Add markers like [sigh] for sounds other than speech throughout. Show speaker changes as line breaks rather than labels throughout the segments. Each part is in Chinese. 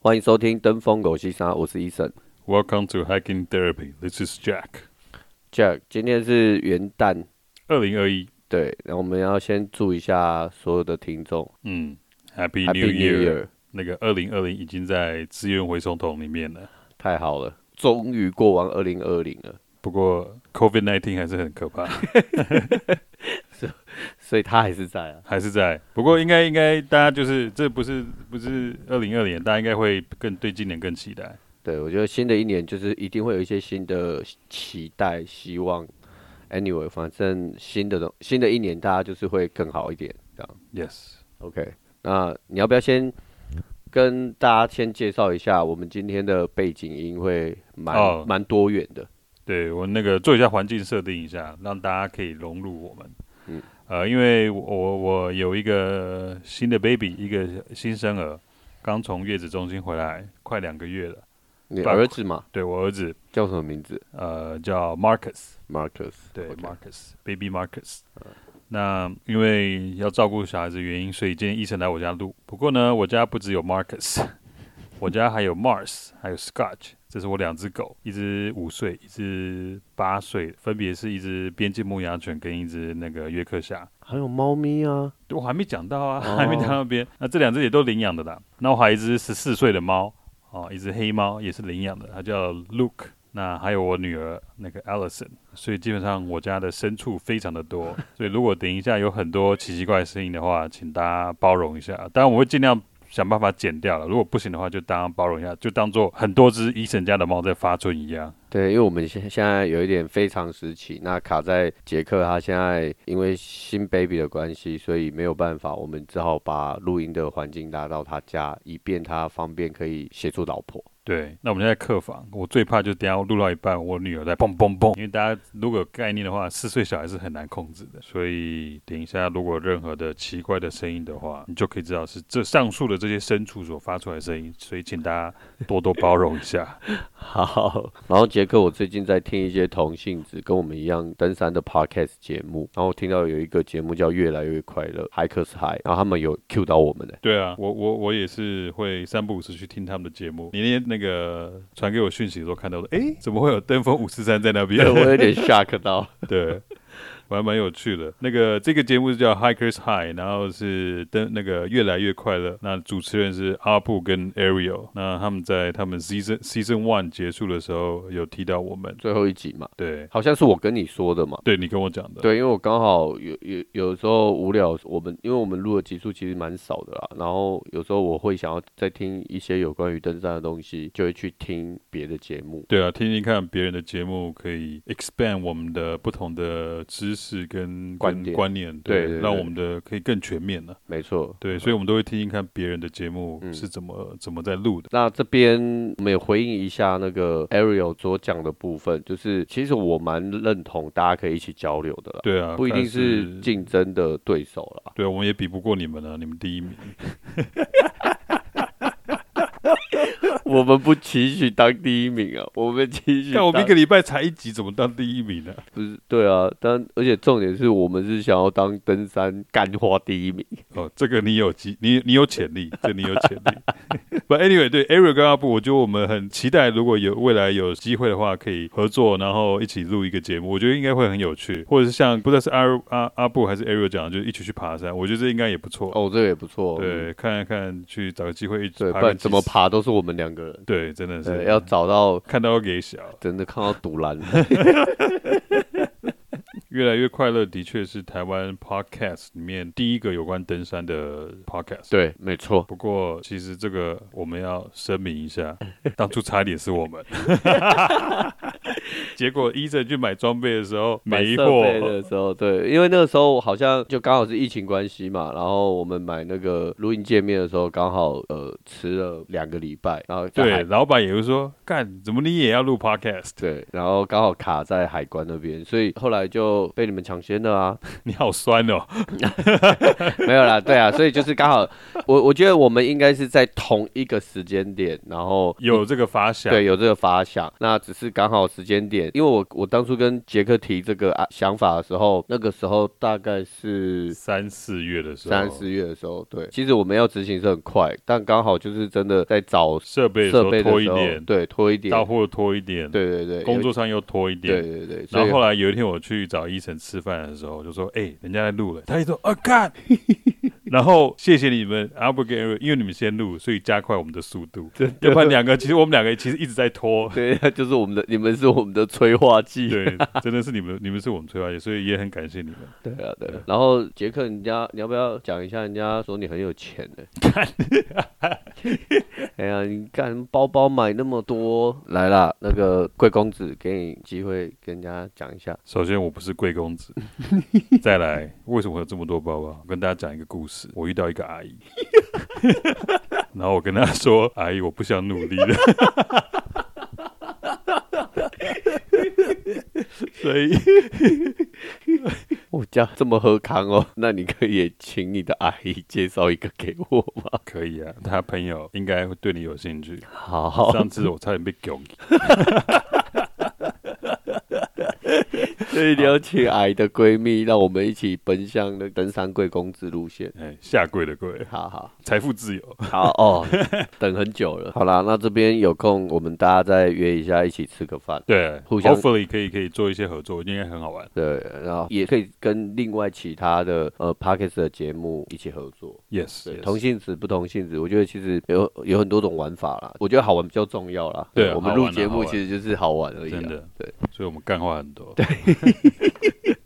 欢迎收听《登峰狗西沙》，我是医生
Welcome to Hiking Therapy. This is Jack.
Jack。今天是元旦，
二零二一，
对，那我们要先祝一下所有的听众
嗯，Happy mm,
Happy
New Year。
Year，
那个二零二零已经在资源回收桶里面了，
太好了，终于过完二零二零了，
不过 COVID nineteen 还是很可怕， [laughs]
所以他还是在啊。
还是在。不过应该应该大家就是这不是不是二零二零，大家应该会更对今年更期待。
对，我觉得新的一年就是一定会有一些新的期待、希望。Anyway，反正新的东新的一年，大家就是会更好一点，这样。
Yes，
OK，那你要不要先跟大家先介绍一下我们今天的背景音会蛮
哦
蛮、多元的？
对我那个做一下环境设定一下，让大家可以融入我们。
嗯
呃，因为我我我有一个新的 baby，一个新生儿，刚从月子中心回来，快两个月了。
你
包括
儿子嘛，
对我儿子，
叫什么名字
呃，叫 Marcus，
？Marcus。
对
OK
，Marcus，Baby Marcus。那因为要照顾小孩子的原因，所以今天医生来我家录。不过呢，我家不只有 Marcus，我家还有 Mars，还有 Scotch，这是我两只狗，一只五岁，一只八岁，分别是一只边境牧羊犬跟一只那个约克夏。
还有猫咪啊，
我还没讲到啊，
哦
还没讲到那边。那这两只也都领养的啦。那我还有一只十四岁的猫，哦，一只黑猫也是领养的，它叫 Luke。那还有我女儿那个 Allison，所以基本上我家的牲畜非常的多。所以如果等一下有很多奇奇怪的声音的话，请大家包容一下。当然我会尽量想办法剪掉了，如果不行的话就当包容一下，就当做很多只医生家的猫在发春一样。
对，因为我们现现在有一点非常时期，那卡在杰克他现在因为新 baby 的关系，所以没有办法，我们只好把录音的环境拉到他家，以便他方便可以协助老婆。
对，那我们现在客房，我最怕就等一下录到一半，我女儿在蹦蹦蹦，因为大家如果有概念的话，四岁小孩是很难控制的，所以等一下如果有任何的奇怪的声音的话，你就可以知道是这上述的这些牲畜所发出来的声音，所以请大家多多包容一下。 [laughs]
好，然后杰克，我最近在听一些同性子跟我们一样登山的 podcast 节目，然后听到有一个节目叫《越来越快乐》，Hikers High，然后他们有 cue 到我们 [laughs] 的、
对啊，我我我也是会三不五时去听他们的节目。你那天那个传给我讯息的时候看到的，诶，怎么会有登峰五四三在那边？ [laughs]
我有点 shock 到。
对，我还蛮有趣的。那个这个节目是叫 Hikers High，然后是登那个越来越快乐。那主持人是阿布跟 Ariel。那他们在他们 season season one 结束的时候有提到我们，
最后一集嘛，
对，
好像是我跟你说的嘛。
对你跟我讲的，
对，因为我刚好有有有时候无聊，我们因为我们录的集数其实蛮少的啦，然后有时候我会想要再听一些有关于登山的东西，就会去听别的节目。
对啊，听听看别人的节目，可以 expand 我们的不同的知识跟
观
跟
点
观念，
对嗯对对
让我们的可以更全面了、
没错，
对，所以我们都会听听看别人的节目
嗯
是怎么、怎么在录的。
那这边我们也回应一下那个 Ariel 所讲的部分，就是其实我蛮认同大家可以一起交流的啦，
对啊，
不一定
但
是竞争的对手啦。 [laughs]
对，我们也比不过你们啊，你们第一名。
我们不期许当第一名啊，我们期许
但我们
当
一个礼拜才一集，怎么当第一名
[laughs]
呢、
不是对啊，但而且重点是我们是想要当登山干花第一名。
哦，这个你有机，你你有潜力，这你有潜力。But [laughs] anyway，对 Ariel 跟阿布，我觉得我们很期待，如果有未来有机会的话，可以合作，然后一起录一个节目，我觉得应该会很有趣。或者是像不知道是阿阿阿布还是 Ariel 讲的，就是一起去爬山，我觉得这应该也不错。
哦，这个也不错。嗯，
对，看一看，去找个机会一起
对，
爬
不
个
然
几
怎么
次？
爬都是我们两个人。
对，真的是
对，要找到
看到给小。
真的看到独 [laughs] 蓝。
越来越快乐的确是台湾 podcast 里面第一个有关登山的 podcast。
对，没错。
不过，其实这个我们要声明一下， [laughs] 当初差一点是我
[laughs]
们， [laughs] 结果医生去买装备的时候
买
没
设备
货，
的时候，对，因为那个时候好像就刚好是疫情关系嘛，然后我们买那个录音界面的时候，刚好呃迟了两个礼拜，然后在
对，
海
老板也会说，干，怎么你也要录 podcast？ [laughs]
对，然后刚好卡在海关那边，所以后来就就被你们抢先了啊，
你好酸哦，
[laughs] 没有啦，对啊，所以就是刚好，我我觉得我们应该是在同一个时间点，然后
有这个发想，
对，有这个发想，那只是刚好时间点，因为我我当初跟杰克提这个啊想法的时候，那个时候大概是
三四月的时候，
三四月的时候，对，其实我们要执行是很快，但刚好就是真的在找
设备的时
设
候
备的
拖一
时候，
点，
对，拖一点，
到货拖一点，，
对对对，
工作上又拖一
有对
点。
对对，所
然
以。
后后来有一天我去找医生吃饭的时候，就说：“哎、人家在录了。”他一说：“啊，看。”然后谢谢你们 a l b e r t Eric，因为你们先录，所以加快我们的速度。要不然两个其实我们两个其实一直在拖
[laughs] 对，就是我们的，你们是我们的催化剂，
对，真的是你们，你们是我们催化剂，所以也很感谢你们。
对啊对啊。然后杰克，人家你要不要讲一下？人家说你很有钱呢、 [laughs] 哎呀，你看包包买那么多，来啦，那个贵公子给你机会跟人家讲一下。
首先，我不是贵
[laughs]
公子。再来，为什么会有这么多包包？我跟大家讲一个故事。我遇到一个
[laughs]
阿姨，然后我跟她说：“阿姨，我不想努
[laughs]
力了。”所以，
我家这么喝康哦， [laughs] 那你可以请你的阿姨介绍一个给我吗？
可以啊，他朋友应该会对你有兴趣。
好，
上次我差点被拱，
所以你要请阿姨的闺蜜，让我们一起奔向那登山贵公子路线。
哎，下跪的跪，
好好。
财富自由。
好哦，等很久了。好啦，那这边有空，我们大家再约一下，一起吃个饭。
对
互相
，hopefully 可以可以做一些合作，应该很好玩。
对，然后也可以跟另外其他的呃 p a r k e s 的节目一起合作。
Yes，,
对
yes
同性质不同性质，我觉得其实有有很多种玩法啦。我觉得好玩比较重要啦。
对啊
我们
好玩
录
啊
节
好
目
玩
其实就是好玩而已。啊
真的，
对，
所以我们干话很多。对，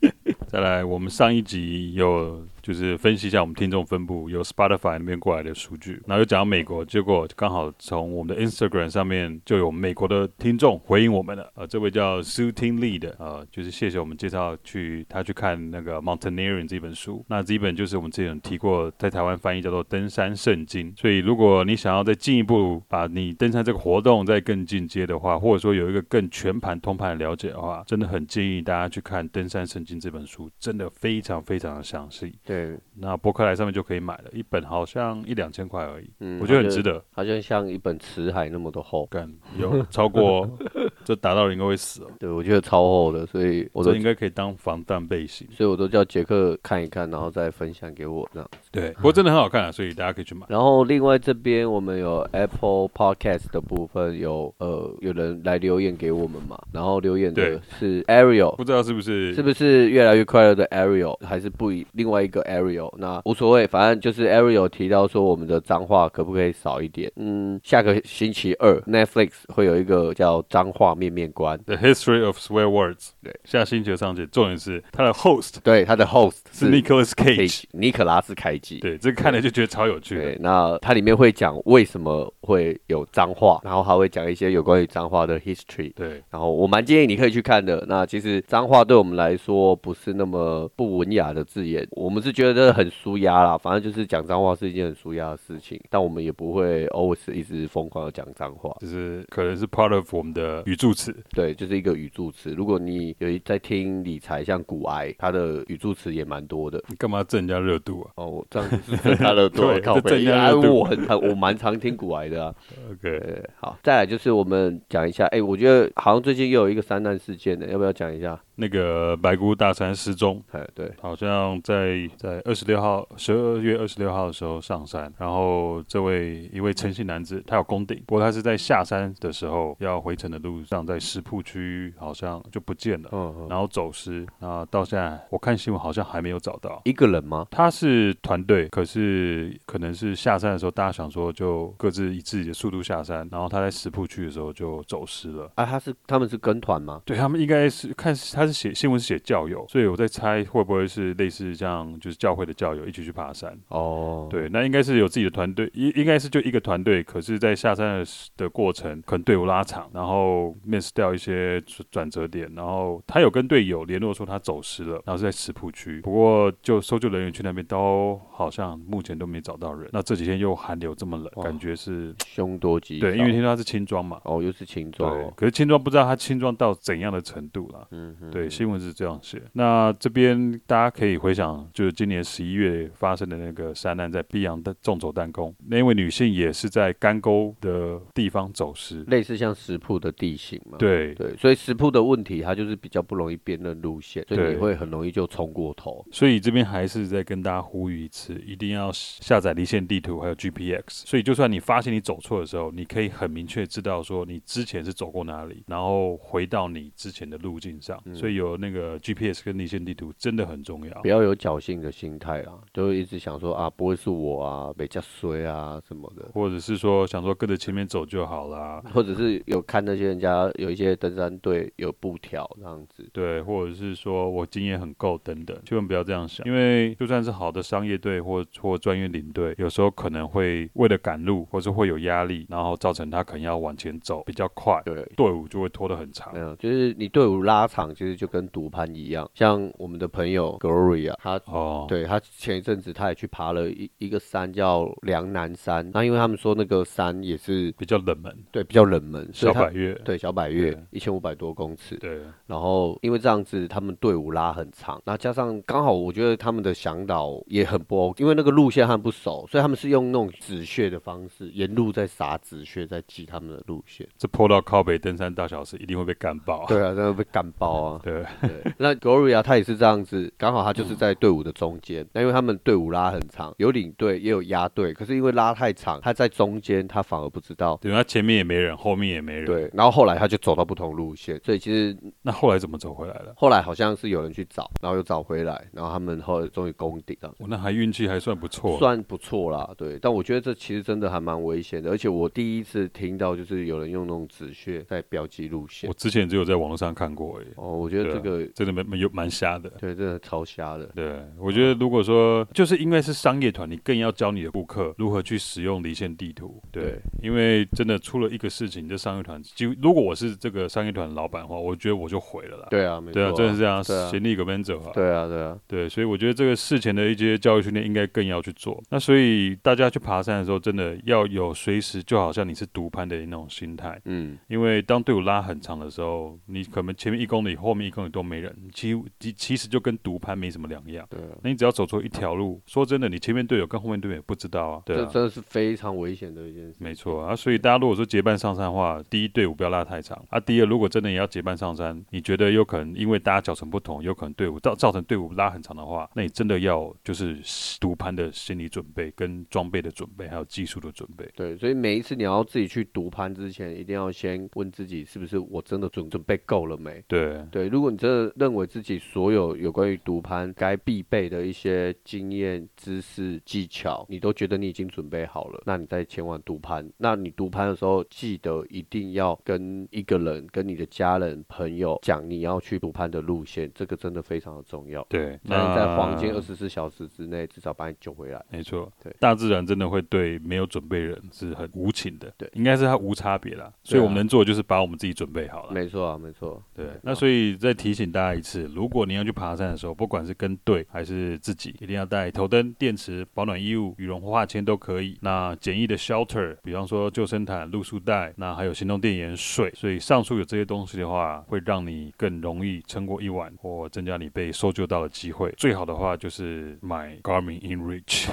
[laughs] 再来，我们上一集有就是分析一下我们听众分布，有 Spotify 那边过来的数据，然后又讲到美国，结果刚好从我们的 Instagram 上面就有美国的听众回应我们了。呃，这位叫 Sue t i n Lee 的，呃，就是谢谢我们介绍去他去看那个 Mountaineering 这本书，那这一本就是我们之前有提过，在台湾翻译叫做《登山圣经》。所以如果你想要再进一步把你登山这个活动再更进阶的话，或者说有一个更全盘通盘的了解的话，真的很建议大家去看《登山圣经》这本书，真的非常非常的详细。
对，
那博客来上面就可以买了，一本好像一两千块而已，
嗯，
我觉得很
它就
值。得。
它就像一本辞海那么的厚，
干有超过， [laughs] 这打到人应该会死哦。
对我觉得超厚的，所以我都
这应该可以当防弹背心。
所以我都叫杰克看一看，然后再分享给我这样。
对，不过真的很好看啊，所以大家可以去买。
然后另外这边我们有 Apple Podcast 的部分有呃有人来留言给我们嘛，然后留言的
对
是 Ariel，
不知道是不是
是不是越来越快乐的 Ariel，还是不一另外一个 Ariel？那无所谓，反正就是 Ariel 提到说我们的脏话可不可以少一点？嗯，下个星期二 Netflix 会有一个叫脏话面面观，
The History of Swear Words。
对，
下星期的上节，重点是它的 host
对，他的 host
是 Nicholas Cage。
尼可拉斯凯奇。
对，这个看了就觉得超有趣的。
对，那它里面会讲为什么会有脏话，然后还会讲一些有关于脏话的 history。
对，
然后我蛮建议你可以去看的。那其实脏话对我们来说不是那么不文雅的字眼，我们是觉得很舒压啦。反正就是讲脏话是一件很舒压的事情，但我们也不会 always 一直疯狂的讲脏话。
就是可能是 part of 我们的语助词。
对，就是一个语助词。如果你有一在听理财，像股癌，它的语助词也蛮多的。
你干嘛挣人家热度啊
哦，我这样子是他的多
对
靠
这
背，
增
因为
加热度
我很很我蛮常听股癌的啊。
？OK，
对，好，再来就是我们讲一下，哎、我觉得好像最近又有一个三难事件呢，要不要讲一下？
那个白姑大山失踪。
哎，对，
好像在在二十六号，十二月二十六号的时候上山，然后这位一位陈姓男子，他有攻顶，不过他是在下山的时候要回程的路上，在石铺区好像就不见了，
嗯，
然后走失，那到现在我看新闻好像还没有找到。
一个人吗？
他是团队，可是可能是下山的时候，大家想说就各自以自己的速度下山，然后他在石铺区的时候就走失了。
啊，他是他们是跟团吗？
对他们应该是看是他是写新闻是写教友，所以我在猜会不会是类似像就是教会的教友一起去爬山。
哦，，
对，那应该是有自己的团队，应应该是就一个团队，可是，在下山的时的过程可能队伍拉长，然后 miss 掉一些转转折点，然后他有跟队友联络说他走失了，然后是在石浦区，不过就搜救人员去那边都好像目前都没找到人。那这几天又寒流这么冷，
哇
感觉是
凶多吉少。
对，因为听说他是轻装嘛，
哦，又是轻
对
装、哦，，
可是轻装不知道他轻装到怎样的程度啦。
嗯哼，
对，新闻是这样写。那这边大家可以回想，就是今年十一月发生的那个山难，在碧阳的纵走弹宫，那一位女性也是在干沟的地方走失。
类似像石铺的地形嘛。
对，
对，所以石铺的问题，它就是比较不容易辨认路线，所以
对
你会很容易就冲过头。
所以这边还是再跟大家呼吁一次，一定要下载离线地图还有 GPX。所以就算你发现你走错的时候，你可以很明确知道说你之前是走过哪里，然后回到你之前的路径上。所以有那个 GPS 跟离线地图真的很重要
不。要有侥幸的心态啦，就一直想说啊，不会是我啊，被加衰啊什么的，
或者是说想说跟着前面走就好啦，
或者是有看那些人家有一些登山队有布条这样子，
对，或者是说我经验很够等等，千万不要这样想，因为就算是好的商业队或或专业领队，有时候可能会为了赶路，或是会有压力，然后造成他可能要往前走比较快，
对。
队伍就会拖得很长
没。有，就是你队伍拉长，其实就跟独攀一样。像我们的朋友 Gloria，他
哦，
对他前一阵子他也去爬了一一个山叫梁南山，那因为他们说那个山也是
比较冷门，
对比较冷门，所
小
以他
百月，
对小百岳
对
一千五百多公尺，
对
然后因为这样子，他们队伍拉很长，那加上刚好我觉得他们的向导也很不 OK，因为那个路线他们不熟，所以他们是用那种止血的方式，沿路在撒止血，在记他们的路线。
这坡到靠北登山大小时一定会被干爆啊。
对啊，那被干爆啊！
对
对，那 Gloria 她也是这样子，刚好她就是
嗯
在队伍的中间。那因为他们队伍拉很长，有领队也有压队，可是因为拉太长，她在中间，她反而不知道。
对，他前面也没人，后面也没人。，
对，然后后来她就走到不同路线，所以其实
那后来怎么走回来了？
后来好像是有人去找，然后又找回来，然后他们后来终于攻顶了。
我那还运气还算不错。
算不错啦，对，但我觉得这其实真的还蛮危险的，而且我第一次听到就是有人用那种纸屑在标记路线
我，之前只有在网络上看过而已，
哦，我觉得
对
这
啊
个
真的蛮蛮有蛮瞎的。
对真的超瞎的，
对，我觉得如果说就是因为是商业团，你更要教你的顾客如何去使用离线地图。对，
对
因为真的出了一个事情，这商业团几乎如果我是这个商业团老板的话，我觉得我就毁了啦。
对啊，没错、
对啊，真的是这样，
对啊
贤利个 man 走啊。
对啊，对啊，
对，所以我觉得这个事前的一些教育训练应该更要去做。那所以大家去爬山的时候，真的要有随时就好像你是独攀的那种心态，
嗯，
因为当队伍拉很长的时候，你可能前面一公里、后面一公里都没人，其其其实就跟独攀没什么两样。
对啊。
那你只要走错一条路，说真的，你前面队友跟后面队友也不知道啊。对
这
啊，
真的是非常危险的一件事。
没错啊。所以大家如果说结伴上山的话，第一队伍不要拉太长啊。第二，如果真的也要结伴上山，你觉得有可能因为大家脚程不同，有可能队伍造造成队伍拉很长的话，那你真的要就是独攀的心理准备、跟装备的准备，还有技术的准备。
对，所以每一次你要自己去读盘之前，一定要先问自己，是不是我真的准准备够了没？
对，
对，如果你真的认为自己所有有关于读盘该必备的一些经验、知识、技巧，你都觉得你已经准备好了，那你再前往读盘。那你读盘的时候，记得一定要跟一个人、跟你的家人、朋友讲你要去读盘的路线，这个真的非常的重要。
对，
才能在黄金
那
二十四小时之内，至少把你救回来。
没错，
对
大自然真的会对没有准备人是很无情的，
对啊
应该是它无差别啦。所以我们能做的就是把我们自己准备好了。
没错啊，没错。
嗯对
没错，
那所以再提醒大家一次，如果你要去爬山的时候，不管是跟队还是自己，一定要带头灯、电池、保暖衣物、羽绒化纤都可以。那简易的 shelter，比方说救生毯、露宿带，那还有行动电源、水。所以上述有这些东西的话，会让你更容易撑过一晚，或增加你被搜救到的机会。最好的话就是买 Garmin [laughs] InReach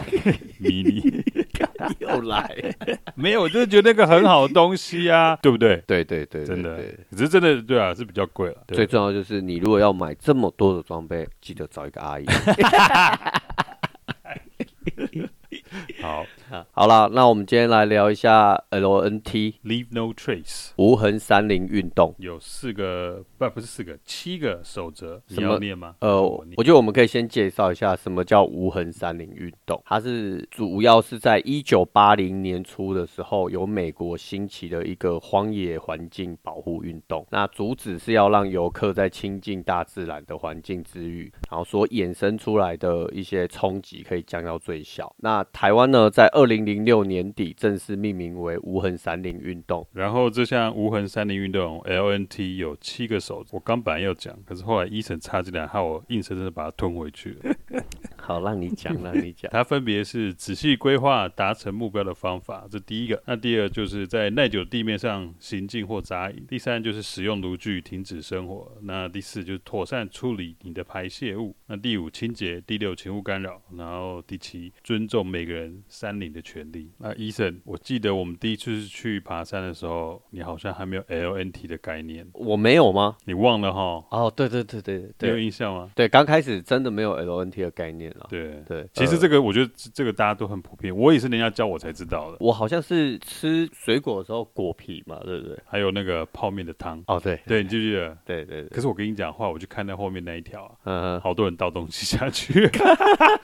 Mini，
[laughs] 又来，
没有，我就是觉得那个很好的东西啊， [laughs] 对不对？
对对对，对
真的
对，
只是真的对啊，是比较贵了。对
最重要就是你如果要买这么多的装备，记得找一个阿姨。
好
好啦，那我们今天来聊一下 LNT
，Leave No Trace。
无痕山林运动。
有四个，不不是四个，七个守则，你
什么
要念吗？
呃，
我念
我觉得我们可以先介绍一下什么叫无痕山林运动。它是主要是在一九八零年初的时候，由美国兴起的一个荒野环境保护运动。那主旨是要让游客在亲近大自然的环境之余，然后所衍生出来的一些冲击可以降到最小。那台湾呢，在二二零零六年底正式命名为无痕闪灵运动。
然后这项无痕三零运动 LNT 有七个手，我刚本来要讲，可是后来医生插进来，害我硬生生地把它吞回去了。
好，让你讲，让你 [laughs] 讲。
它分别是仔细规划达成目标的方法，这第一个。那第二就是在耐久的地面上行进或扎营。第三就是使用炉具停止生火。那第四就是妥善处理你的排泄物。那第五清洁，第六请勿干扰。然后第七尊重每个人山林的权利。那医生，我记得我们第一次去爬山的时候，你好像还没有 LNT 的概念，
我没有吗？
你忘了哈？
哦，对对对对
你有
对
印象吗？
对，刚开始真的没有 LNT 的概念了。
对。
对，
其实这
个、
个我觉得这这个大家都很普遍，我也是人家教我才知道的。
呃我好像是吃水果的时候果皮嘛，对不对？
还有那个泡面的汤，
哦，对
对，你记不记得？
对对对，
可是我跟你讲话，我就看到后面那一条
[laughs]
啊，
嗯，
好多人倒东西下去。 [laughs]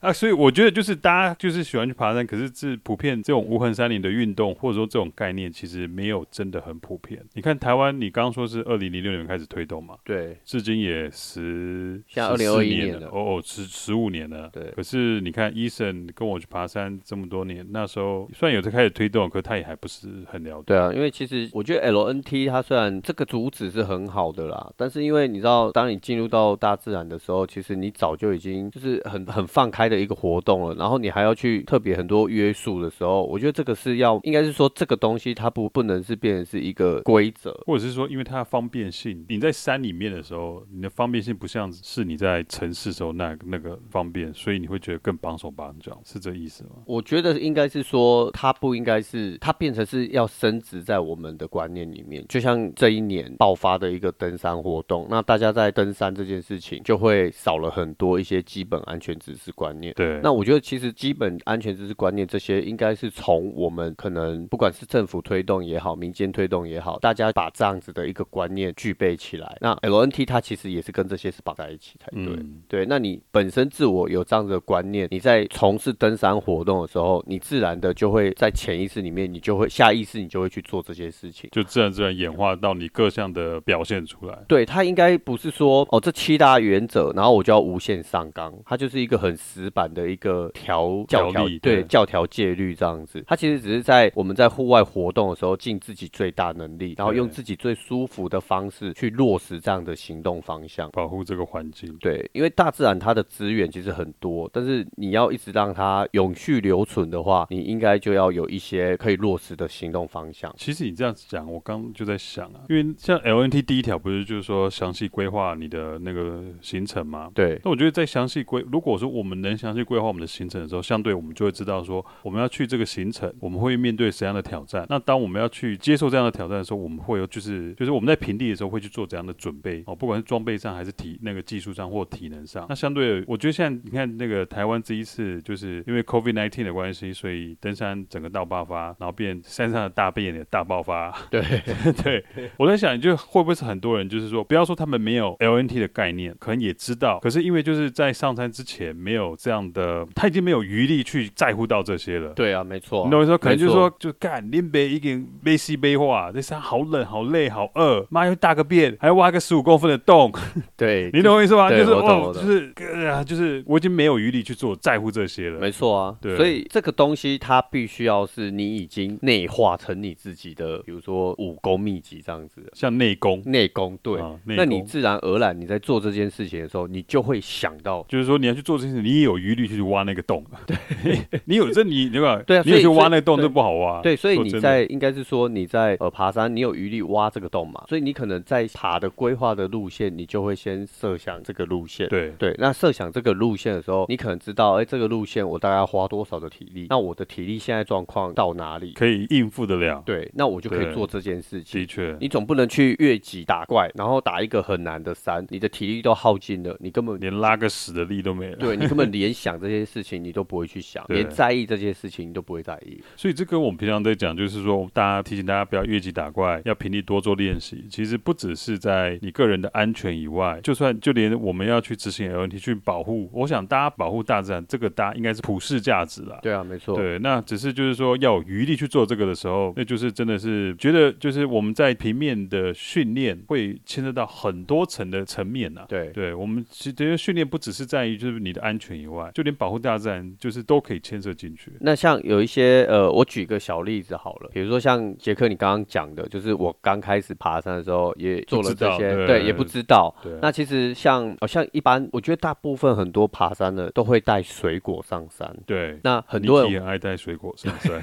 啊，所以我觉得就是大家就是喜欢去爬山，可是这普遍这种无痕山林的运动，或者说这种概念，其实没有真的很普遍。你看台湾，你刚刚说是二零零六年开始推动嘛，
对，
至今也十，
现在
14
2021
年
年了
哦哦，十十五年了。
对
可是你看，医生跟我去爬山这么多年，那时候虽然有在开始推动，可他也还不是很了解。
对啊，因为其实我觉得 LNT 它虽然这个主旨是很好的啦，但是因为你知道，当你进入到大自然的时候，其实你早就已经就是很很放开的一个活动了，然后你还要去特别很多约束的时候，我觉得这个是要应该是说这个东西它不不能是变成是一个规则。
或者是说，因为它的方便性，你在山里面的时候，你的方便性不像是你在城市时候那那个方便，所以你会觉得更绑手绑脚，是这意思吗？
我觉得应该是说，它不应该是它变成是要升值在我们的观念里面。就像这一年爆发的一个登山活动，那大家在登山这件事情就会少了很多一些基本安全知识观念。
对，
那我觉得其实基本安全知识观念这些，应该是从我们可能不管是政府推动也好，民间推动也好，大家把这样子的一个观念具备起来。那 LNT 它其实也是跟这些是绑在一起才对。
嗯，
对，那你本身自我有这样子的观念，你在从事登山活动的时候，你自然的就会在潜意识里面，你就会下意识你就会去做这些事情。
就自然自然演化到你各项的表现出来。
对它应该不是说哦，这七大原则，然后我就要无限上纲，它就是一个很死板的一个条教
条
条
例对
对教条戒律这样子。它其实只是在我们在户外活动的时候，尽自己最大能力，然后用
对
自己最舒服的方式去落实这样的行动方向。
保护这个环境，
对，因为大自然它的资源其实很多，但是你要一直让它永续留存的话，你应该就要有一些可以落实的行动方向。
其实你这样子讲，我刚就在想啊，因为像 LNT 第一条不是就是说详细规划你的那个行程吗？
对，
那我觉得在详细规，如果说我们能详细规划我们的行程的时候，相对我们就会知道说我们要去这个行程，我们会面对什么样的挑战。那当我们要去接受这样的挑战的时候，我们会有就是就是我们在平地的时候会去做怎样的准备哦，不管是装备上还是体那个技术上或体能上。那相对我觉得现在你看那个台湾这一次就是因为 COVID 1 9的关系，所以登山整个大爆发，然后变山上的大变也大爆发。
对 [laughs]
[laughs] 对，我在想，就会不会是很多人，就是说，不要说他们没有 LNT 的概念，可能也知道，可是因为就是在上山之前没有这样的，他已经没有余力去在乎到这些了。
对啊，没错
你。懂我意思吗？可能就是
没
说
错，
就干林北一经被西被化，这山好冷、好累、好饿，妈又大个便，还要挖个十五公分的洞，
对，
你懂我意思吗？就
对
是
我懂
哦，
我
就
懂
是啊、就是我已经没有余力去做在乎这些了。
没错啊，
对
所以这个东西它必须要是你已经内化成你自己的，比如说武功秘籍这样子的
像内功，
内功。对，
啊内
那你
功
自然而然你在做这件事情的时候，你就会想到。
就是说你要去做这件事，你也有余力去挖那个
[laughs]
洞。对， [laughs] 你有这你对吧？
对啊
你有
所以
去挖
所以
那个洞，
对
这不好挖。
对，所以
说
你
真的
在应该是说你在呃爬山，你有余力挖这个洞嘛，所以你可能在爬的规划的路线，你就会先设想这个路线。
对
对，那设想这个路线的时候，你可能知道，哎，这个路线我大概要花多少的体力，那我的体力现在状况到哪里？
可以应付得了，
对，那我就可
对
以做这件事情
的。确，
你总不能去越级打怪，然后打一个很难的山，你的体力都耗尽了，你根本
连拉个屎的力都没了。
对你根本连想这些事情你都不会去想，
[laughs] 对
连在意这些事情你都不会在意。
所以这跟我们平常在讲，就是说大家提醒大家不要越级打怪，要平地多做练习。其实不只是在你个人的安全以外，就算就连我们要去执行 LNT 去保护，我想大家保护大自然，这个大家应该是普世价值啦。
对啊，没错。
对，那只是就是说要有余力去做这个的时候，那就是真的是觉得就是我们在平面的训练会牵涉到很多层的层面呐、啊。
对
对我们其实训练不只是在于就是你的安全以外，就连保护大自然，就是都可以牵涉进去。
那像有一些呃，我举个小例子好了，比如说像杰克你刚刚讲的，就是我刚开始爬山的时候也做了这些
不知，道对
对，也不知道。
对，
那其实像好像一般，我觉得大部分很多爬山的都会带水果上山。
对，
那很多
Niki
人，
也爱带水果上山，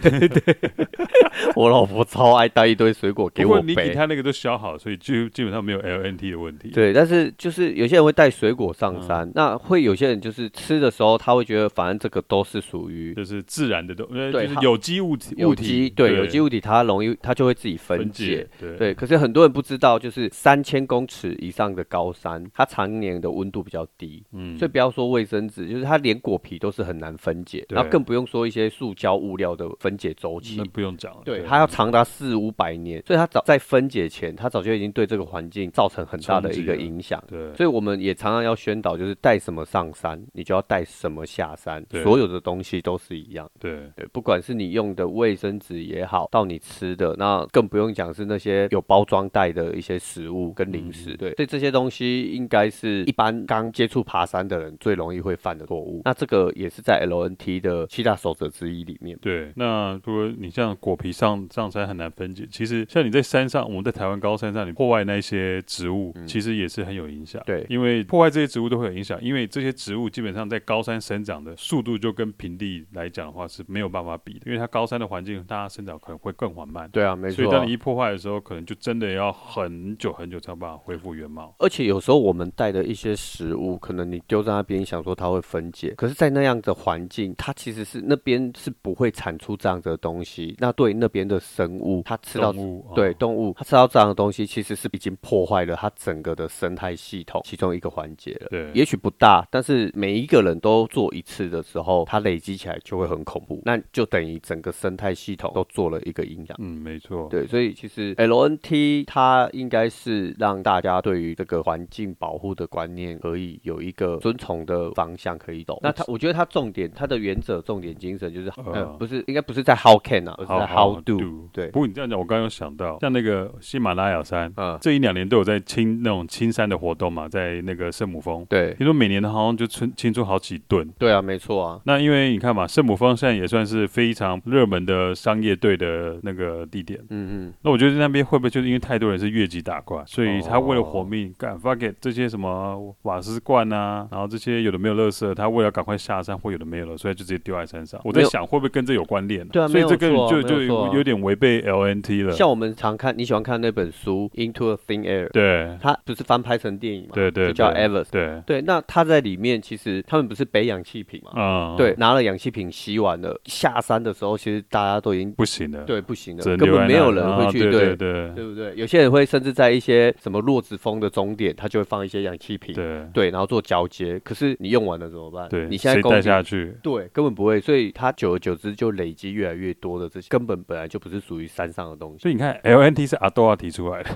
我老婆超爱带一堆水果 [laughs] 给
不过
我
你给
背。
他那个都消好，所以就基本上没有 LNT 的问题。，
对，但是就是有些人会带水果上
嗯
山，那会有些人就是吃的时候，他会觉得反正这个都是属于
就是自然的都，呃，
对
就是
它
有机物体，
有
物体
机，对有机物体，它容易它就会自己
分
分解。，
对
对，可是很多人不知道，就是三千公尺以上的高山，它常年的温度比较低，
嗯，
所以不要说卫生纸，就是它连果皮都是很难分解，
对
然后更不用说一些塑胶物料的分解周期
那。不用讲了，
对，它要长达四五百年，所以它早在分解前，它早就已经对这个环境造成很大的一个
冲击了
影响。
对，
所以我们也常常要宣导，就是带什么上山，你就要带什么下山
对，
所有的东西都是一样。
对，
对，不管是你用的卫生纸也好，到你吃的，那更不用讲是那些有包装袋的一些食物跟零
嗯
食。对，所以这些东西应该是一般刚接触爬山的人最容易会犯的错误。那这个也是在 LNT 的七大守则之一里面。
对，那如果你像果皮上上山很难分解，其实像你在山上，我们在台湾高山上，你破坏那些植物，其实也是很有影响。
嗯对
因为破坏这些植物都会有影响，因为这些植物基本上在高山生长的速度就跟平地来讲的话是没有办法比的，因为它高山的环境，它生长可能会更缓慢。
对啊，没
所以
错啊、
当你一破坏的时候，可能就真的要很久很久才有办法恢复原貌。
而且有时候我们带的一些食物，可能你丢在那边，想说它会分解，可是，在那样的环境，它其实是那边是不会产出这样子的东西。那对那边的生物，它吃到
动物啊
对动物，它吃到这样的东西，其实是已经破坏了它整个的生态系统其中一个环节了。
对，
也许不大，但是每一个人都做一次的时候，它累积起来就会很恐怖，那就等于整个生态系统都做了一个影响。
嗯，没错，
对，所以其实 LNT 它应该是让大家对于这个环境保护的观念可以有一个遵从的方向可以走。那它，我觉得它重点，它的原则、重点精神就是，
呃
呃，不是应该不是在 how can 啊，而是在 how do。对
不过你这样讲，我刚刚有想到，像那个喜马拉雅山，
嗯，
这一两年都有在清那种清山的活动嘛，在那个圣母峰，
对，
听说每年好像就清清出好几吨。
对啊，没错啊，
那因为你看嘛，圣母峰现在也算是非常热门的商业队的那个地点。
嗯嗯，
那我觉得那边会不会就是因为太多人是越级打怪，所以他为了活命，干 fuck it，这些什么瓦斯罐啊，然后这些有的没有垃圾，他为了赶快下山或有的没有了，所以就直接丢在山上。我在
没有
想会不会跟这有关联、
对啊
所以这
没
跟
有错啊
就
没有
就
错啊
有点违背 LNT 了。
像我们常看，你喜欢看那本书《Into a Thin Air》，
对
它不是翻拍成电影嘛，
对对，
就叫嗯
对
Everest。
对，
对，那它在里面其实他们不是背氧气瓶嘛，
嗯，
对，，拿了氧气瓶吸完了，下山的时候其实大家都已经
不行的，
对不行的，
只能
根
留
本
在
没
那
有
里
人会
啊
去
对
对。
对
对不对？有些人会甚至在一些什么落子峰的终点，他就会放一些氧气瓶，
对
对然后做交接。可是你用完了怎么办？
对，
你现在
谁
供
带
应
下去？
对，根本不会，所以它久而久之就累积越来越多的这些，根本本来就不是属于山上的东西。
所以你看，LNT 是阿多亚提出来的，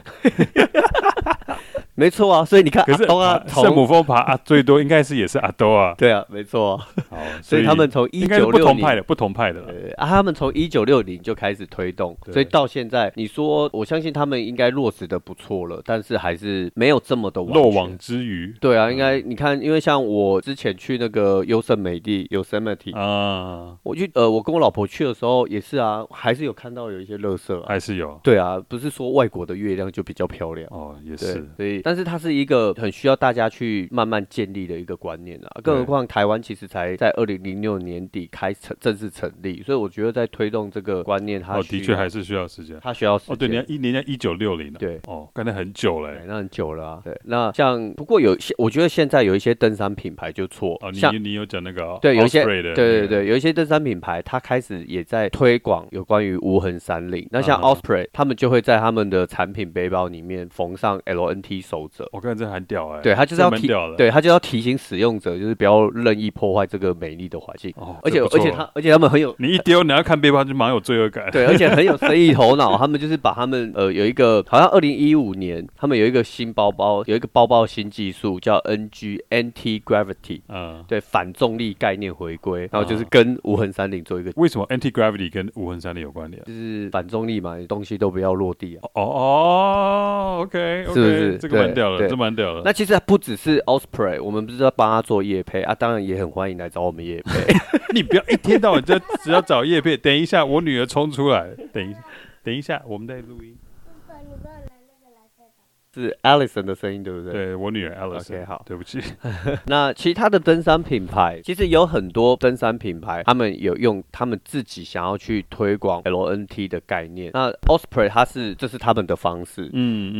没错啊，所以你看，
可是
阿东啊，
啊
从
圣母峰爬啊，最多应该是也是阿多亚。
[laughs] 对啊，没错啊、
好，
所以他们从一
应该是
九
不
六
同派
零。
的，不同派的啦。
呃啊，他们从一九六零就开始推动，
对
所以到现在，你说我相信他们应该落实的不错了，但是还是没有这么的完
漏
全
网嗯之鱼
对啊，应该你看，因为像我之前去那个优胜美地 （Yosemite），、
啊，
我去呃，我跟我老婆去的时候也是啊，还是有看到有一些垃圾啊。
还是有
对啊，不是说外国的月亮就比较漂亮。
哦，也
对
是，
所以，但是它是一个很需要大家去慢慢建立的一个观念啊。更何况台湾其实才在二零零六年底开成正式成立，所以我觉得在推动这个观念，它
哦，
需
的
要
确还是需要时间。
它需要时间。
哦，对，你看一年家一九六零了，
对
哦，干了很久了
哎
欸。
那很久了啊。对，那像不过有些，我觉得现在有一些登山品牌就错，
哦，
像
你你有讲那个哦
对，有一些
Osprey 的，
对对，对，有一些登山品牌，它开始也在推广有关于无痕山林。那像
嗯
Osprey，、他们就会在他们的产品背包里面缝上 LNT 守则。
我看这很屌哎，
对，它就是
这
要
蛮
提
屌，的，
对，它就要提醒使用者，就是不要任意破坏这个美丽的环境。
哦，
而且
这不错
而且它而且他们很
[laughs]
有
你一丢，你要看背包就蛮有罪恶感，
对，而且很有生意头脑。他们就是把他们呃有一个，好像二零一五年他们有一个新包包，有一个包包新技术叫 NG Anti Gravity，
嗯，
对反重力概念回归，然后就是
啊
跟无痕山林做一个
为什么 anti gravity 跟无痕山林有关联？
就是反重力嘛，你东西都不要落地啊。
哦哦，OK，
是不是
这个蛮蛮屌的，
对
这蛮屌的。
那其实不只是 Osprey，我们不是在帮他做夜配啊，当然也很欢迎来找我们夜
[laughs]
配。
你不要一天到晚就只要找叶片。等一下，我女儿冲出来，等一下，等一下，我们在录音。
你不要来那个蓝色的。
是 Alison 的声音，对不对？
对我女儿 Alice。
OK，好
对不起。
那其他的登山品牌，其实有很多登山品牌，他们有用他们自己想要去推广 LNT 的概念。那 Osprey 它是这是他们的方式。
嗯，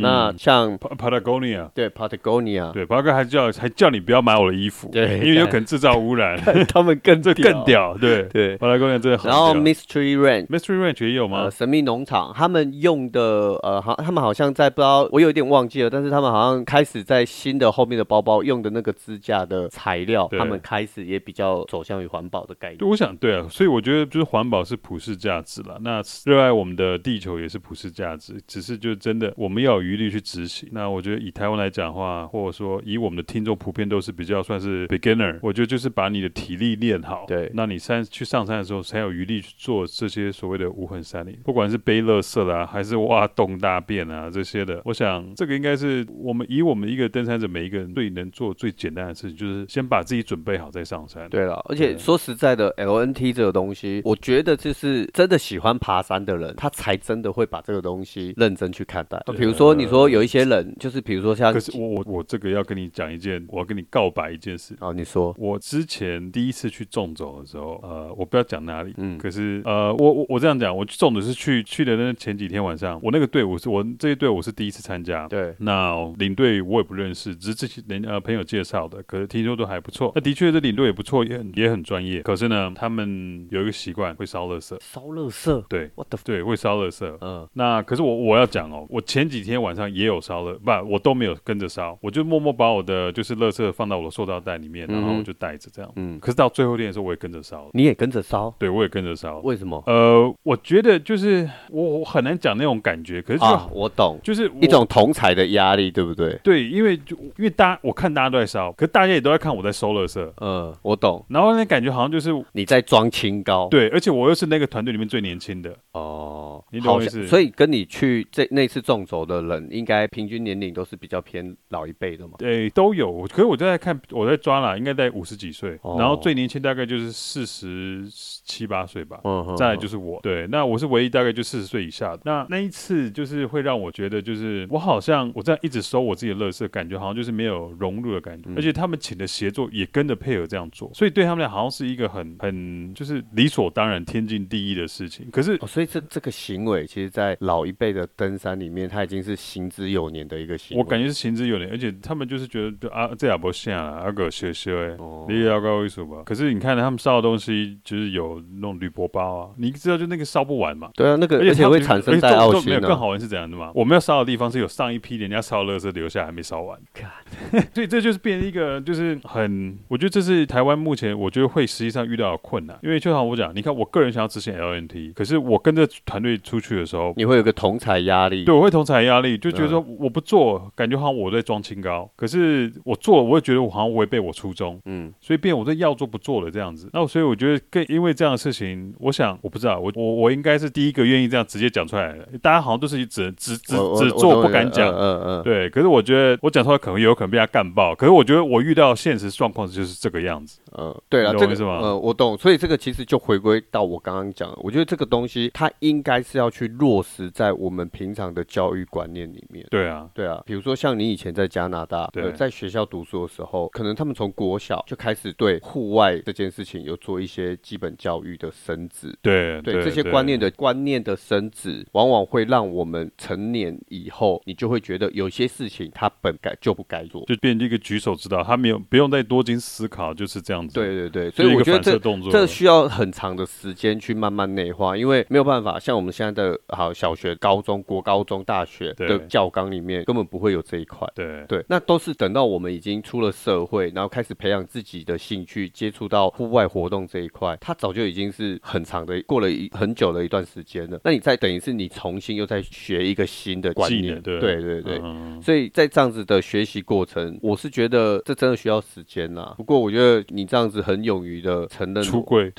[laughs] 那像
Pa- Patagonia，
对 Patagonia，
对，八哥还叫还叫你不要买我的衣服，
对
因为有可能制造污染，
[laughs] 他们更
[laughs] 这更。屌。对
对，
，Patagonia 真的很
然后
屌
Mystery Ranch。
Mystery Ranch 也有吗
呃，？神秘农场，他们用的呃，好，他们好像在不知道，我有点忘记了，但是他们好像开始在新的后面的包包用的那个支架的材料，
对
他们开始也比较走向于环保的概念
对，。我想对啊，所以我觉得就是环保是普世价值啦。那热爱我们的地球也是普世价值，只是就真的我们要有余力去执行。那我觉得以台湾来讲的话，或者说以我们的听众普遍都是比较算是 beginner，我觉得就是把你的体力练好，
对
那你山去上山的时候才有余力去做这些所谓的无痕山林，不管是背垃圾啦，还是挖洞大便啊这些的，我想这个应该是我们以我们一个登山者每一个人最能做最简单的事情，就是先把自己准备好再上山。
对了，而且
对
说实在的，LNT 这个东西，我觉得就是真的喜欢爬山的人，他才真的会把这个东西认真去看待。
对嗯
比如说，你说有一些人，就是比如说像
可，是我我我这个要跟你讲一件，我要跟你告白一件事。
哦，你说，
我之前第一次去纵走的时候，呃，我不要讲哪里，
嗯
可是呃，我我我这样讲，我去纵走是去去的那前几天晚上，我那个队伍是我这一队伍是第一次参加，
对，
那领队我也不认识，只是这些人呃朋友介绍的，可是听说都还不错。那的确这领队也不错，也很也很专业。可是呢，他们有一个习惯会烧垃圾，
烧垃圾
对
，what the，f-
对，会烧垃圾。
嗯，
那可是我我要讲哦，我前几天晚上也有烧了，不，我都没有跟着烧，我就默默把我的就是垃圾放到我的塑料袋里面，然
嗯
后
哼
我就带着这样。
嗯
可是到最后一天的时候，我也跟着烧了，
你也跟着烧，
对我也跟着烧。
为什么？
呃，我觉得就是我我很难讲那种感觉，可是就、
啊，我懂，
就是我
一种同才的压力，对不对？
对，因为就因为大家我看大家都在烧，可是大家也都在看我在收垃圾，
嗯，我懂，
然后那感觉好像就是
你在装清高，，
对，而且我又是那个团队里面最年轻的，
哦，
你懂我
好
意
像
思
所以跟你去这那次纵走的人，应该平均年龄都是比较偏老一辈的嘛。
对，都有。可是我就在看，我在抓啦，应该在五十几岁，
哦
然后最年轻大概就是四十七八岁吧。
嗯哼
再来就是我，对，那我是唯一大概就四十岁以下的。那那一次就是会让我觉得，就是我好像我这样一直收我自己的垃圾，感觉好像就是没有融入的感觉。
嗯
而且他们请的协作也跟着配合这样做，所以对他们俩好像是一个很很就是理所当然、天经地义的事情。可是
哦，所以这这个行为，其实，在老一辈的登山里面，它已经是行之有年的一个行为。
我感觉是行之有年，而且他们就是觉得就啊，这也不像啊，阿狗学学哎，
哦
你也要搞艺术吧？可是你看他们烧的东西，就是有那种铝箔包啊，你知道就那个烧不完嘛。
对啊，那个
而
而且
它
会
就
产
而
生
且
带
更
奥啊
更
心
没有
呢、
更好玩是怎样的嘛？我们要烧的地方是有上一批人家烧垃圾留下还没烧完， [laughs] 所以这就是变成一个就是很，我觉得这是台湾目前我觉得会实际上遇到的困难，因为就像我讲，你看我个人想要执行 LNT，可是我跟着团队出去的时候，
你会有个同才压力。
对，我会同产压力，就觉得说
嗯
我不做，感觉好像我在装清高；可是我做了，我会觉得我好像违背我初衷，
嗯，
所以变我在要做不做了这样子。那所以我觉得更因为这样的事情，我想我不知道，我我我应该是第一个愿意这样直接讲出来的。大家好像都是只只只
我我
只
我懂
做不
你
敢
的
讲。
嗯嗯嗯，
对，可是我觉得我讲出来可能有可能被他干爆，可是我觉得我遇到现实状况就是这个样子。
嗯，对了，
你
这
懂我
个
意思吗
呃，我懂。所以这个其实就回归到我刚刚讲的，我觉得这个东西它应该是要去落实在我们平常的教育观念里面。
对啊，
对啊，比如说像你以前在加拿大，
对
呃在学校读书的时候，可能他们从国小就开始对户外这件事情有做一些基本教育的升值。
对
对这些观念的观念的升值，往往会让我们成年以后，你就会觉得有些事情它本该就不该做。
就变成一个举手之劳，他没有不用再多经思考，就是这样子。
对对对，
就
所以
一
我
个
觉得
反射
这
动作
这需要很长的时间去慢慢内化，因为没有办法，像我们现在的好小学、高中、国高中、大学
对
的教纲里面根本不会有这一块。
对
对，那都是等到我们已经出了社会，然后开始培养自己的兴趣，接触到户外活动这一块，它早就已经是很长的，过了一很久的一段时间了。那你再等于是你重新又在学一个新的观
技
念
能，对
对对对
嗯
所以在这样子的学习过程，我是觉得这真的需要时间啦。嗯不过我觉得你这样子很勇于的承认，
出柜，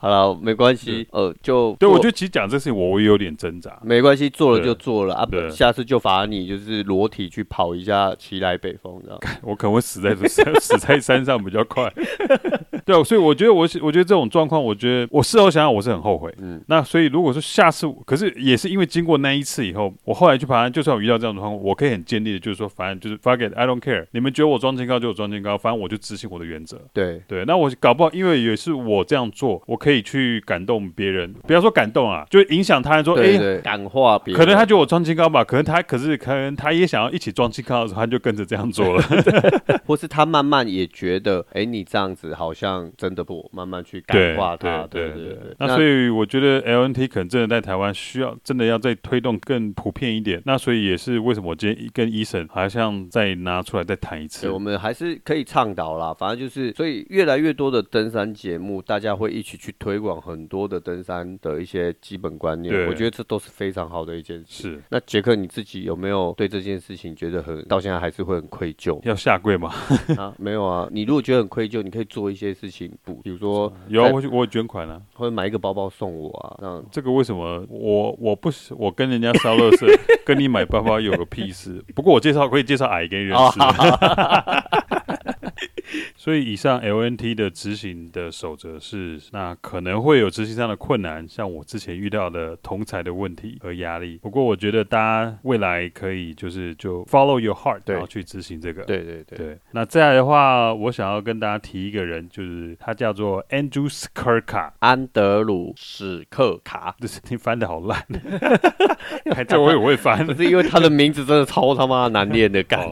好了，没关系，呃，就
对，我觉
做
得其实讲这事情，我我有点挣扎。
没关系，做了就
对
做了啊
对，
下次就罚你就是裸体去跑一下奇来北风，这样。
我可能会死在这山， [laughs] 死在山上比较快。 [laughs] 对啊，所以我觉得我是我觉得这种状况，我觉得我事后想想我是很后悔。
嗯
嗯，那所以如果说下次，可是也是因为经过那一次以后，我后来去爬山，就算我遇到这样的状况，我可以很坚定的，就是说，反正就是 fuck it，I don't care。你们觉得我装清高就我装清高，反正我就执行我的原则。
对，
对，那我搞不好，因为也是我这样做，我可以去感动别人，不要说感动啊，就是影响他人说，哎、
对对，感化别人，
可能他觉得我装清高吧，可能他可是可能他也想要一起装清高的时候，他就跟着这样做 [laughs] 了。
或是他慢慢也觉得，哎，你这样子好像真的不，慢慢去感化他，
对
对
对
对。
那所以我觉得 LNT 可能真的在台湾需要，真的要再推动更普遍一点。那所以也是为什么我今天跟医生还像再拿出来再谈一次
对，。我们还是可以倡导啦，反正就是，所以越来越多的登山节目，大家会一起去推广很多的登山的一些基本观念，
对
我觉得这都是非常好的一件事。
是
那杰克你自己有没有对这件事情觉得很到现在还是会很愧疚
[laughs] 要下跪吗？
啊？没有啊，你如果觉得很愧疚，你可以做一些事情补，比如说
有啊，
在
我我有捐款啊。
会买一个包包送我啊，让
这个为什么我我不是我跟人家烧乐色，跟你买包包有个屁事？不过我介绍可以介绍矮给你认识。
哦
[laughs] 所以以上 LNT 的执行的守则是，那可能会有执行上的困难，像我之前遇到的同才的问题和压力。不过我觉得大家未来可以就是就 follow your heart，
对
然后去执行这个。
对对对，
对，那再来的话，我想要跟大家提一个人，就是他叫做 Andrew Skirka。
安德鲁史克卡，
这是 [laughs] 你翻的好烂，还这我也会翻
[laughs] 不。是因为他的名字真的超他妈难念的，
哦
感。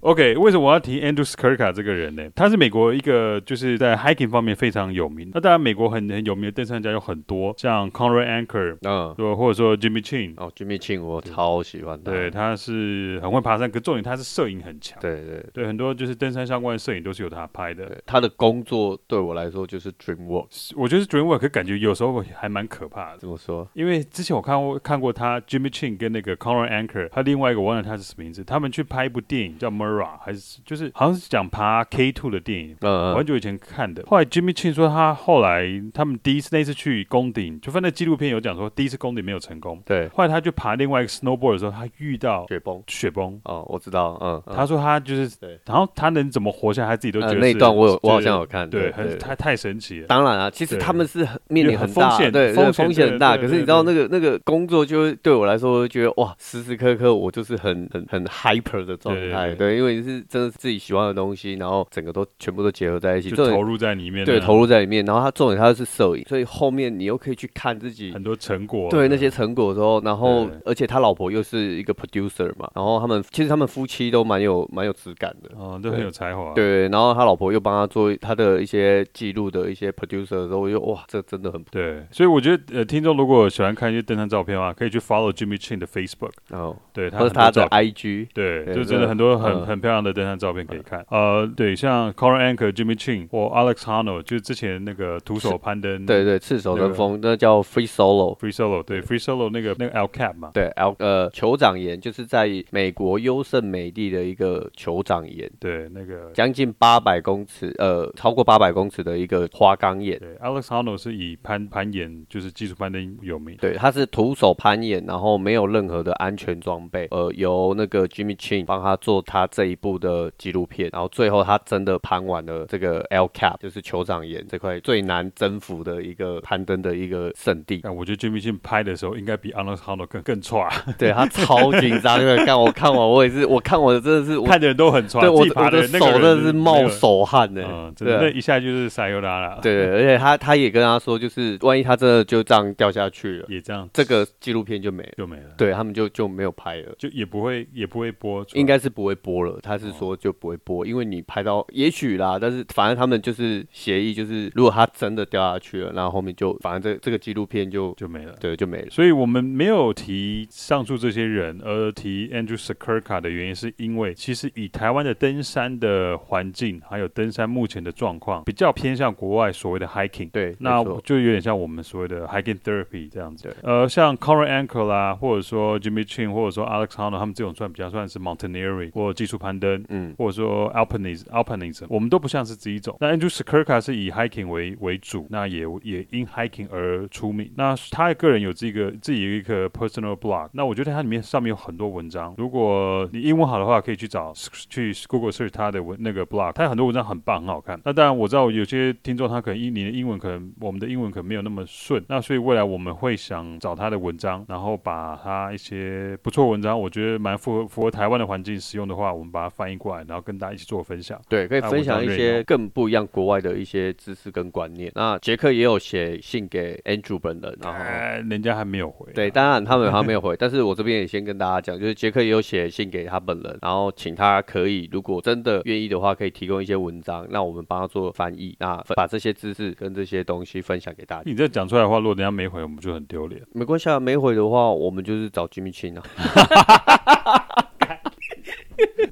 OK，为什么我要提 Andrew Skirka 这个人呢？他是美国一个就是在 hiking 方面非常有名。那当然，美国很很有名的登山家有很多，像 Conrad Anker，
嗯，
对，或者说 Jimmy Chin，
哦，Jimmy Chin 我超喜欢他，
对，他是很会爬山，可重点他是摄影很强。
啊对对
对，很多就是登山相关的摄影都是由他拍的。
对，他的工作对我来说就是 dream work，
我觉得 DreamWork 感觉有时候还蛮可怕的。
怎么说？
因为之前我看过看过他 Jimmy Chin 跟那个 Conrad Anker，他另外一个我忘了他是什么名字，他们去拍一部电影叫 Mura，还是就是好像是讲爬 K two 的电影。
嗯
我很
嗯，
久以前看的，后来 Jimmy Chin 说他后来他们第一次那次去攻顶，就翻那纪录片有讲说第一次攻顶没有成功，
对，
后来他去爬另外一个 snowboard 的时候，他遇到
雪崩，
雪崩，
哦，我知道，嗯，嗯
他说他就是
对，
然后他能怎么活下来，他自己都觉
呃
得
那一
是
段我有我好
觉得
像有看，
对，很
对。
太太神奇了。
当然啊，其实
对
他们是很面临
有很
大
风险
对
风
对
险
风险很大，
对
可是
对
你知
对
道那个那个工作就会对我来说，觉得哇，时时刻刻我就是很很很 hyper 的状
对对
态，
对
对，因为你是真的是自己喜欢的东西，然后整个都全部都结合在一起，
就
重点
投入在里面，啊
对投入在里面，然后它重点它是摄影，所以后面你又可以去看自己
很多成果，啊
对那些成果的时候，然后
对
而且他老婆又是一个 producer 嘛，然后他们其实他们夫妻都蛮有蛮有质感的。
哦，都很有才华。
对，然后他老婆又帮他做他的一些记录的一些 producer 的时候，我就哇，这真的很不
对，所以我觉得呃，听众如果喜欢看一些登山照片的话，可以去 follow Jimmy Chin 的 Facebook，
哦，
对他
或
很
是
多
他
照
的
片。
IG，
对，
对
就真
对
的很多很
嗯
很漂亮的登山照片可以看。呃，对，像 Corin Anker、Jimmy Chin 或 Alex Hano，就是之前那个徒手攀登，
对对，赤手
那个
登峰，那叫 free solo。
，Free Solo，对，Free Solo 那个那个 L Cap 嘛，
对，L 呃酋长岩就是在美国优胜美地的一个酋长岩，
对，那个
将近八百公尺，呃，超过八百公尺的一个花岗岩。
对 Alex Hano 是以攀攀岩就是技术攀登有名。
对，他是徒手攀岩，然后没有任何的安全装备，呃，由那个 Jimmy Chin 帮他做他这一部的纪录片，然后最后他真的攀完了这个 L Cap，就是酋长岩这块最难征服的一个攀登的一个圣地。
[laughs] 但我觉得 Jimmy Chin 拍的时候应该比 Alex Hano 更更差，
对他超紧张的，看我看完我也是，我看我真的是我。
看的人都很差，
对我
自己爬
我的
人那
手
个人
真的是
没
冒
有
手汗呢、
嗯，真
对
的
啊
那一下就是塞尤拉了，，
对，而且他他也跟他说，就是万一他真的就这样掉下去了，
也这样
这个纪录片就没了，
就没了，
对他们就就没有拍了。
就也不会也不会播出来，
应该是不会播了，他是说就不会播，因为你拍到也许啦，但是反正他们就是协议，就是如果他真的掉下去了，然后后面就反正这这个纪录片就
就没了。
对就没了。
所以我们没有提上述这些人，而提 Andrew Skirka 的原因，是因为其实以台湾的登山的环境，还有登山目前的状况，比较偏向国外所谓的 hiking。
对，
那
没错
就有点像我们所谓的 hiking therapy 这样子
对。
呃，像 Conrad Anker 啦，或者说 Jimmy Chin，或者说 Alex Honnold，他们这种算比较算是 mountaineering 或技术攀登，
嗯
或者说 alpinism alpinism，我们都不像是这一种。那 Andrew Skirka 是以 hiking 为为主，那也也因 hiking 而出名。那他个人有这个自己有一个 personal blog，那我觉得它里面上面有很多文章。如果你英文好的话，可以去找去 Google search 他的文那个 blog，他有很多文章很棒，很好看。那当然我知道有些听众他可能英你的英文可能我们的英文可能没有那么顺，那所以未来我们会想找他的文章，然后把他一些不错文章，我觉得蛮符合符合台湾的环境使用的话，我们把它翻译过来，然后跟大家一起做分享。
对，可以
啊
分
我
享
懂
一
瑞
些
诺
更不一样国外的一些知识跟观念。那杰克也有写信给 Andrew 本人，然后。
哎，人家还没有回、
对，，当然他们还没
[laughs]
有回，但是我这边也先跟大家讲，就是杰克也有写信给他本人，然后请他可以，如果真的愿意的话，可以提供一些文章，那我们帮他做翻译，那分把这些知识跟这些东西分享给大家。
你这讲出来的话，如果人家没回，我们就很丢脸。
没关系啊，没回的话，我们就是找 Jimmy Chin
[laughs]
啊。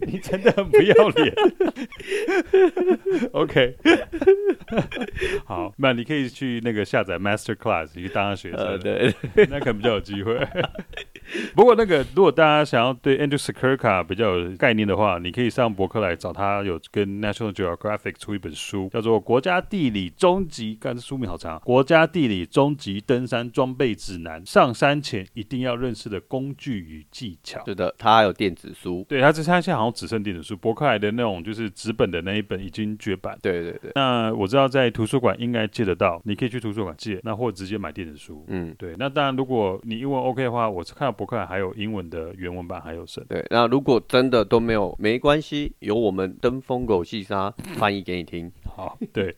你真的很不要脸。OK，好，那你可以去那个下载 Master Class，你去当个学生。
呃，对，
那可能比较有机会。不过那个，如果大家想要对 Andrew Skirka 比较有概念的话，你可以上博客来找他，有跟 National Geographic 出一本书，叫做《国家地理终极》，干这书名好长，《国家地理终极登山装备指南》，上山前一定要认识的工具与技巧。
是的，他还有电子书，
对，他这他现在好像只剩电子书，博客来的那种就是纸本的那一本已经绝版。
对对对，
那我知道在图书馆应该借得到，你可以去图书馆借，那或直接买电子书。
嗯。
对，那当然，如果你英文 OK 的话，我是看到博客来还有英文的原文版，还有剩。
对，那如果真的都没有，没关系，由我们登峰狗细沙翻译给你听。
好，对，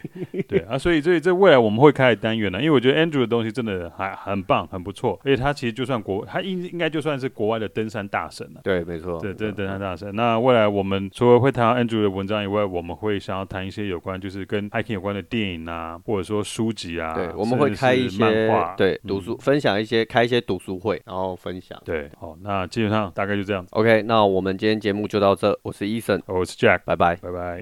对啊，所以这这未来我们会开的单元呢，因为我觉得 Andrew 的东西真的还很棒，很不错，而且他其实就算国，他应应该就算是国外的登山大神啊了。
哦对，嗯没错。
对对，登山大神。那未来我们除了会谈到 Andrew 的文章以外，我们会想要谈一些有关就是跟 hiking 有关的电影啊，或者说书籍啊，
对，我们会
甚至
开一
是漫
些
画。
对
嗯
读书、分享一些，开一些读书会，然后分享。
对，好，那基本上大概就这样子。
OK，那我们今天节目就到这，我是 Eason，
我是 Jack，
拜拜。
拜拜。